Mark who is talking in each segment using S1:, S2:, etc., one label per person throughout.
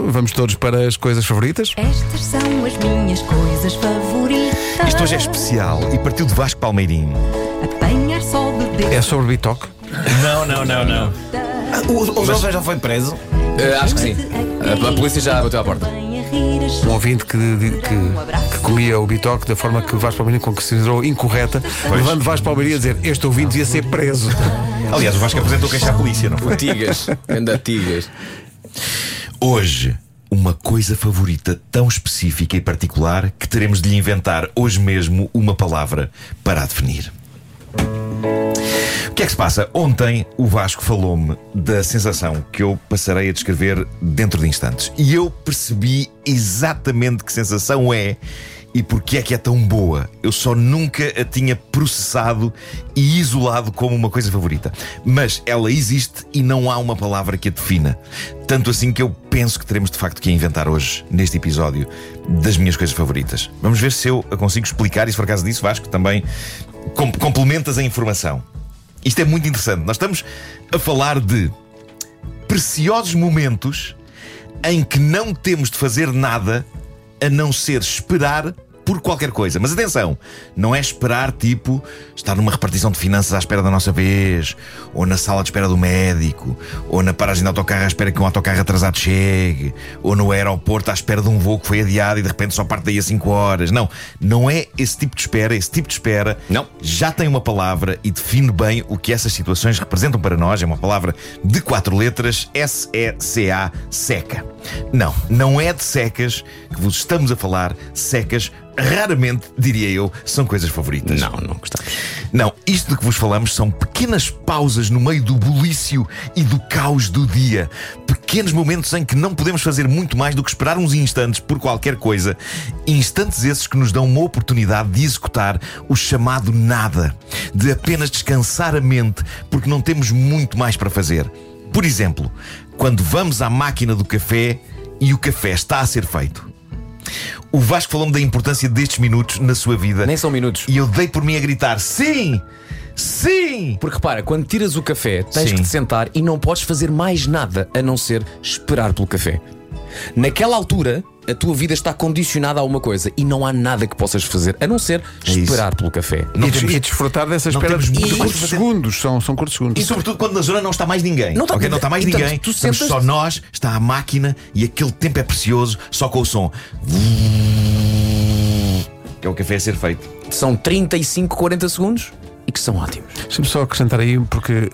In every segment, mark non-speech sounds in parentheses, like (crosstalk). S1: Vamos todos para as coisas favoritas.
S2: Estas são as minhas coisas favoritas.
S3: Isto hoje é especial e partiu de Vasco Palmeirinho.
S2: Apanhar sol, beber.
S1: É sobre Bitoque.
S3: Não, não, não, não. O, o jovem já foi preso?
S4: Eh, acho que sim.
S2: é
S4: A, a polícia já bateu à porta.
S1: Um ouvinte que, que, que comia o Bitoque da forma que Vasco Palmeirinho considerou incorreta, levando Vasco Palmeirinho a dizer este ouvinte devia ser preso.
S3: Aliás, o Vasco apresentou queixa à polícia, não
S4: O
S3: foi?
S4: Tigas. Anda Tigas.
S3: Hoje, uma coisa favorita tão específica e particular que teremos de lhe inventar hoje mesmo uma palavra para a definir. O que é que se passa? Ontem o Vasco falou-me da sensação que eu passarei a descrever dentro de instantes. E eu percebi exatamente que sensação é e porque é que é tão boa. Eu só nunca a tinha processado e isolado como uma coisa favorita. Mas ela existe e não há uma palavra que a defina. Tanto assim que eu penso que teremos de facto que a inventar hoje, neste episódio, das minhas coisas favoritas. Vamos ver se eu a consigo explicar e se por acaso disso, Vasco, também com- complementas a informação. Isto é muito interessante. Nós estamos a falar de preciosos momentos em que não temos de fazer nada a não ser esperar por qualquer coisa. Mas atenção, não é esperar tipo estar numa repartição de finanças à espera da nossa vez, ou na sala de espera do médico, ou na paragem de autocarro à espera que um autocarro atrasado chegue, ou no aeroporto à espera de um voo que foi adiado e de repente só parte daí a 5 horas. Não, não é esse tipo de espera. Esse tipo de espera
S4: Não.
S3: já tem uma palavra e define bem o que essas situações representam para nós. É uma palavra de quatro letras, S-E-C-A, seca. Não, não é de secas que vos estamos a falar. Secas, raramente, diria eu, são coisas favoritas.
S4: Não, não gostamos.
S3: Não, isto de que vos falamos são pequenas pausas no meio do bulício e do caos do dia. Pequenos momentos em que não podemos fazer muito mais do que esperar uns instantes por qualquer coisa. Instantes esses que nos dão uma oportunidade de executar o chamado nada, de apenas descansar a mente porque não temos muito mais para fazer. Por exemplo, quando vamos à máquina do café e o café está a ser feito. O Vasco falou-me da importância destes minutos na sua vida.
S4: Nem são minutos.
S3: E eu dei por mim a gritar: Sim! Sim!
S4: Porque repara, quando tiras o café, tens
S3: Sim.
S4: que te sentar e não podes fazer mais nada a não ser esperar pelo café. Naquela altura, a tua vida está condicionada a uma coisa e não há nada que possas fazer a não ser
S3: É isso.
S4: esperar pelo café.
S3: Não
S1: e,
S3: temos-
S1: e desfrutar dessa
S3: não
S1: espera
S3: temos
S1: de
S3: muito
S1: de
S3: mais
S1: curtos
S3: para fazer.
S1: segundos. São, são curtos
S3: E
S1: segundos.
S3: sobretudo quando na zona não está mais ninguém.
S4: Não está-
S3: Ok, não está mais
S4: e tanto,
S3: ninguém.
S4: tu
S3: estamos
S4: sentas-
S3: só nós, está a máquina e aquele tempo é precioso, só com o som. Que é o café a ser feito.
S4: São 35, 40 segundos e que são ótimos.
S1: Deixa-me só acrescentar aí, porque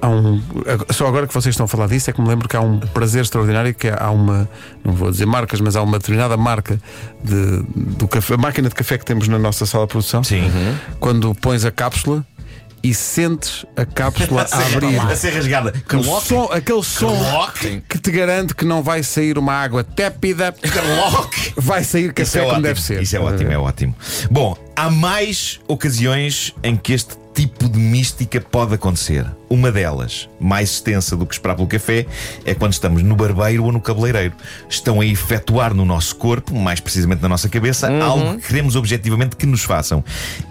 S1: há um. ag- Só agora que vocês estão a falar disso é que me lembro que há um prazer extraordinário que é, há uma. Não vou dizer marcas, mas há uma determinada marca de, do café, a máquina de café que temos na nossa sala de produção.
S3: Sim. Uhum.
S1: Quando pões a cápsula e sentes a
S3: (laughs)
S1: cápsula a abrir.
S3: A ser rasgada.
S1: O
S3: Caloca.
S4: (laughs)
S1: som- aquele som
S3: Caloque.
S1: que te garante que não vai sair uma água tépida,
S3: Caloque.
S1: vai sair
S3: Isso
S1: café
S3: é
S1: como
S3: ótimo.
S1: deve ser.
S3: Isso é ótimo, é ótimo. Bom, há mais ocasiões em que este tipo de mística pode acontecer. Uma delas, mais extensa do que esperar pelo café, é quando estamos no barbeiro ou no cabeleireiro. Estão a efetuar no nosso corpo, mais precisamente na nossa cabeça,
S1: Uhum.
S3: algo que queremos objetivamente que nos façam.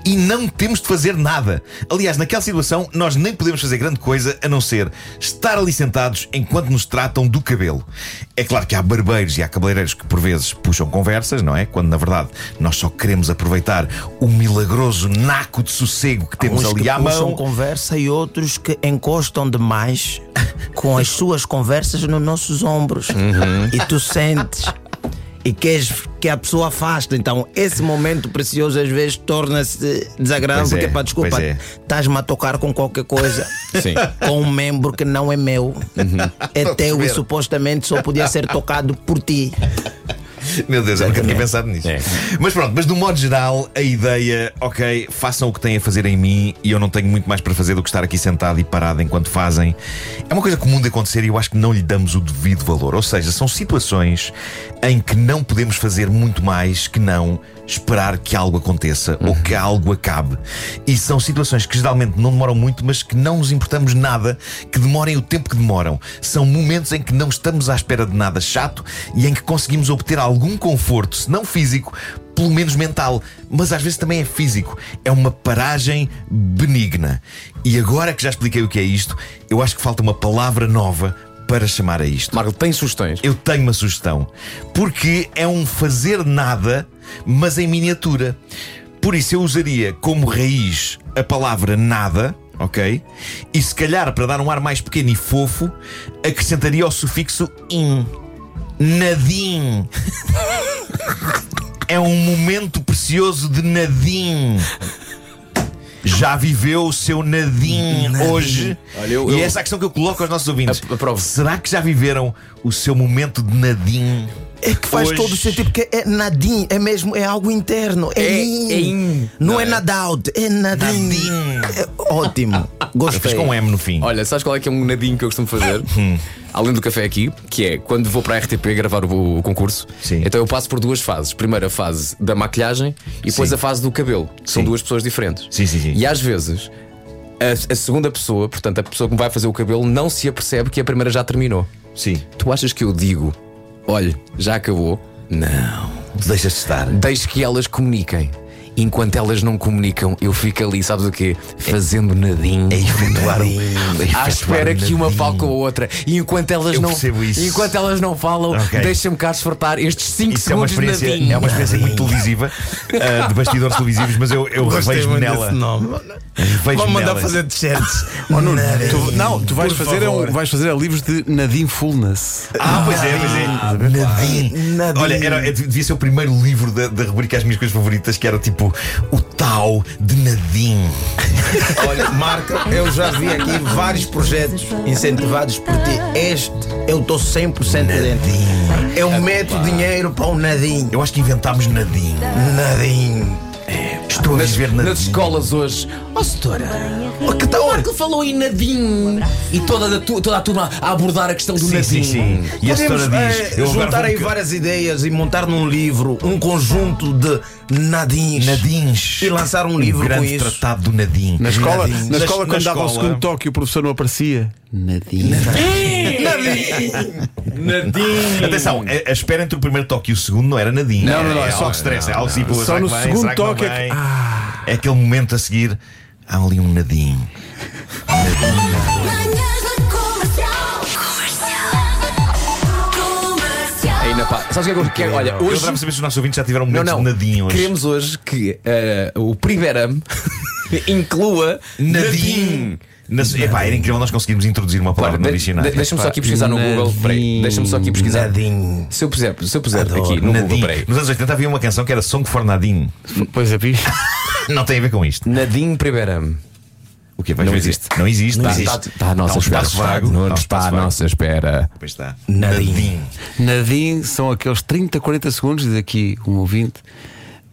S3: E não temos de fazer nada. Aliás, naquela situação, nós nem podemos fazer grande coisa a não ser estar ali sentados enquanto nos tratam do cabelo. É claro que há barbeiros e há cabeleireiros que por vezes puxam conversas, não é? Quando na verdade nós só queremos aproveitar o milagroso naco de sossego que temos
S5: Uns
S3: ali
S5: que
S3: à
S5: puxam
S3: mão.
S5: conversa e outros que
S3: (laughs)
S5: encostam demais com as suas conversas nos nossos ombros.
S3: Uhum.
S5: E tu sentes e queres que a pessoa afaste. Então, esse momento precioso às vezes torna-se desagradável.
S3: Pois é,
S5: porque, pá, desculpa,
S3: pois é.
S5: estás-me a tocar com qualquer
S3: (laughs)
S5: coisa.
S4: Sim.
S5: Com um membro que não é meu,
S3: Uhum.
S5: é teu e supostamente só podia ser tocado por ti.
S3: (laughs) Meu Deus, eu nunca tinha pensado nisso. Mas pronto, mas no modo geral, a ideia, ok, façam o que têm a fazer em mim e eu não tenho muito mais para fazer do que estar aqui sentado e parado enquanto fazem. É uma coisa comum de acontecer e eu acho que não lhe damos o devido valor. Ou seja, são situações em que não podemos fazer muito mais que não esperar que algo aconteça ou que algo acabe. E são situações que geralmente não demoram muito, mas que não nos importamos nada, que demorem o tempo que demoram. São momentos em que não estamos à espera de nada chato e em que conseguimos obter algum conforto, se não físico, pelo menos mental, mas às vezes também é físico. É uma paragem benigna. E agora que já expliquei o que é isto, eu acho que falta uma palavra nova para chamar a isto?
S4: Marco, tem sugestões?
S3: Eu tenho uma sugestão. Porque é um fazer nada, mas em miniatura. Por isso eu usaria como raiz a palavra nada, ok? E se calhar, para dar um ar mais pequeno e fofo, acrescentaria o sufixo in. Nadim. é um momento precioso de
S4: (laughs)
S3: Nadim. Já viveu o seu Nadim, hoje.
S4: Olha, eu-
S3: e
S4: eu-
S3: essa é a questão que eu coloco aos nossos ouvintes.
S4: A- aprovo.
S3: Será que já viveram o seu momento de nadim?
S5: É que faz
S3: Hoje-
S5: todo sentido, porque é nadim, é mesmo, é algo interno. É,
S4: É-
S5: in.
S4: é in.
S5: Não, é nada out, é nadim.
S3: Nadim.
S5: É ótimo,
S3: Fiz
S5: gostei.
S3: com um M no fim.
S4: Olha, sabes qual é que é um nadinho que eu
S3: (laughs)
S4: costumo fazer?
S3: Hum.
S4: Além do café aqui, que é quando vou para a RTP gravar o, o concurso,
S3: Sim.
S4: então eu passo por duas fases. Primeiro a fase da maquilhagem e depois
S3: Sim.
S4: a fase do cabelo. que São
S3: Sim.
S4: duas pessoas diferentes.
S3: Sim, sim, sim.
S4: E às vezes a, a segunda pessoa, portanto a pessoa que me vai fazer o cabelo, não se apercebe que a primeira já terminou.
S3: Sim.
S4: Tu achas que eu digo, olha, já acabou? Não.
S3: Tu deixas de estar.
S4: Deixe que elas comuniquem. Enquanto elas não comunicam, eu fico ali, sabes o quê? Fazendo nadinho.
S3: É efetuar um.
S4: À espera que uma fale com a outra. E enquanto elas
S3: Eu
S4: não
S3: percebo isso.
S4: enquanto elas não falam,
S3: Ok.
S4: deixa-me cá desfrutar estes 5
S3: Isso é uma
S4: segundos de
S3: experiência,
S4: nadinho.
S3: é uma experiência muito televisiva ah, de
S5: (laughs)
S3: bastidores televisivos, mas eu, eu
S5: Gostei
S3: revejo-me
S5: muito
S3: nela.
S5: desse nome.
S3: Revejo
S5: Vamos mandar
S3: nela.
S5: fazer (laughs) t-shirts. Oh,
S1: Tu- não, tu vais
S5: Por
S1: fazer, é um-
S5: favor.
S1: vais fazer é livros de Nadim Fullness.
S3: Ah, pois é, pois é.
S5: Nadim. Nadim.
S3: Olha, era, é, devia ser o primeiro livro da, da rubrica As Minhas Coisas Favoritas, que era tipo O Tal de Nadim.
S5: Olha, é Marco, eu já vi aqui vários projetos incentivados por ti. Este, eu estou 100% dentro. Eu meto dinheiro para um o Nadim.
S3: Eu acho que inventámos Nadim.
S5: Nadim.
S3: Estou a viver Nadim.
S4: Nas escolas hoje,
S5: Oh,
S4: ó setora, o que
S3: Então,
S4: tal? O Marco falou em Nadim e toda a, tu- toda a turma a abordar a questão do
S3: Sim, sim,
S4: Nadim.
S3: sim. E a
S5: Podemos
S3: senhora diz:
S5: eh,
S3: eu agora
S5: juntar
S3: vou
S5: aí
S3: ca-
S5: várias ideias e montar num livro um conjunto de Nadins.
S3: Nadins.
S5: E lançar um livro
S3: grande
S5: com isso.
S3: tratado do Nadim.
S1: Na escola, na
S3: Na-
S1: escola
S3: na
S1: quando dava o
S3: escola.
S1: segundo toque e o professor não aparecia. Nadim.
S3: Atenção, a, a espera entre o primeiro toque e o segundo não era Nadim.
S1: Não, não, não, é
S3: É
S1: só-
S3: algo de stress. É algo tipo:
S1: Só
S3: será que
S1: no
S3: vem?
S1: segundo
S3: Será que não
S1: toque é que-
S3: vem? É aquele momento a seguir: há ali um Nadim.
S2: Manhãs da comercial. Comercial.
S4: Ainda pá, sabes o que é que eu quero? Olha,
S3: Eu
S4: hoje.
S3: adorava saber se os nossos ouvintes já tiveram um
S4: Não,
S3: momento
S4: não.
S3: de Nadim hoje.
S4: Queremos hoje que eh, o Primeirame (laughs) inclua Nadim.
S3: Nadim. Na- Epá, era incrível nós conseguirmos introduzir uma palavra
S4: Olha,
S3: no
S4: de-
S3: dicionário.
S4: de- Deixa-me só aqui pesquisar no Google. Peraí, deixa-me só aqui pesquisar.
S5: Nadim.
S4: Se eu puser, se eu puser
S5: Adoro.
S4: aqui no Google,
S3: Nadim.
S4: peraí.
S3: Nos anos 80 havia uma canção que era Song for Nadim. (laughs)
S1: Pois é, (laughs) bicho.
S3: Não tem a ver com isto.
S4: Nadim Primeirame.
S3: O que vais
S4: Não
S3: fazer?
S4: existe.
S3: Não existe.
S4: Está,
S3: Não existe.
S4: está, está à nossa
S3: Há um
S4: espera.
S3: espaço vago.
S4: Nuno,
S3: Há um
S4: está
S3: espaço
S4: à
S3: vago.
S4: nossa espera.
S3: Pois está.
S5: Nadim.
S1: Nadim são aqueles 30, 40 segundos, diz aqui um ouvinte,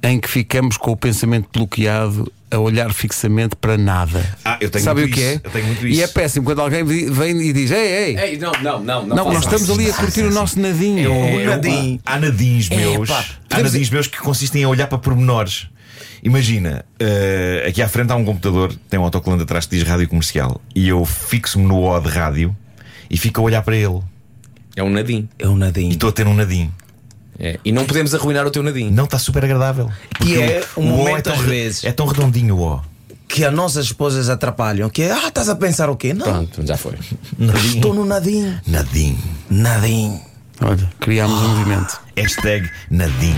S1: em que ficamos com o pensamento bloqueado a olhar fixamente para nada.
S3: Ah, eu tenho
S1: Sabe
S3: muito
S1: o que
S3: isso,
S1: é?
S3: eu tenho muito
S1: E
S3: isso.
S1: é péssimo quando alguém vi- vem e diz: Ei, ei,
S4: Ei, não, não, não.
S1: não, nós estamos ali a curtir o nosso Nadim.
S4: um
S3: É, eu-
S5: Nadim.
S3: Há nadins meus.
S4: pá,
S3: há
S4: podemos-
S3: nadins meus que consistem em olhar para pormenores. Imagina, eh, aqui à frente há um computador, tem um autocolante atrás que diz rádio comercial. E eu fixo-me no O de rádio e fico a olhar para ele.
S4: É um Nadim.
S5: É o Nadim.
S3: E estou a ter um nadim.
S4: É, E não podemos arruinar o teu Nadim.
S3: Não está super agradável. Porque
S5: é
S3: o-
S5: um
S3: o O
S5: momento
S3: é tão
S5: às
S3: re-
S5: vezes.
S3: É tão redondinho o O.
S5: que as nossas esposas atrapalham. Que é, ah, estás a pensar o quê? Não,
S4: Pronto, já foi.
S3: Nadim.
S5: estou no Nadim.
S3: Nadim.
S5: Nadim.
S1: Olha, criámos um movimento.
S3: Hashtag Nadim.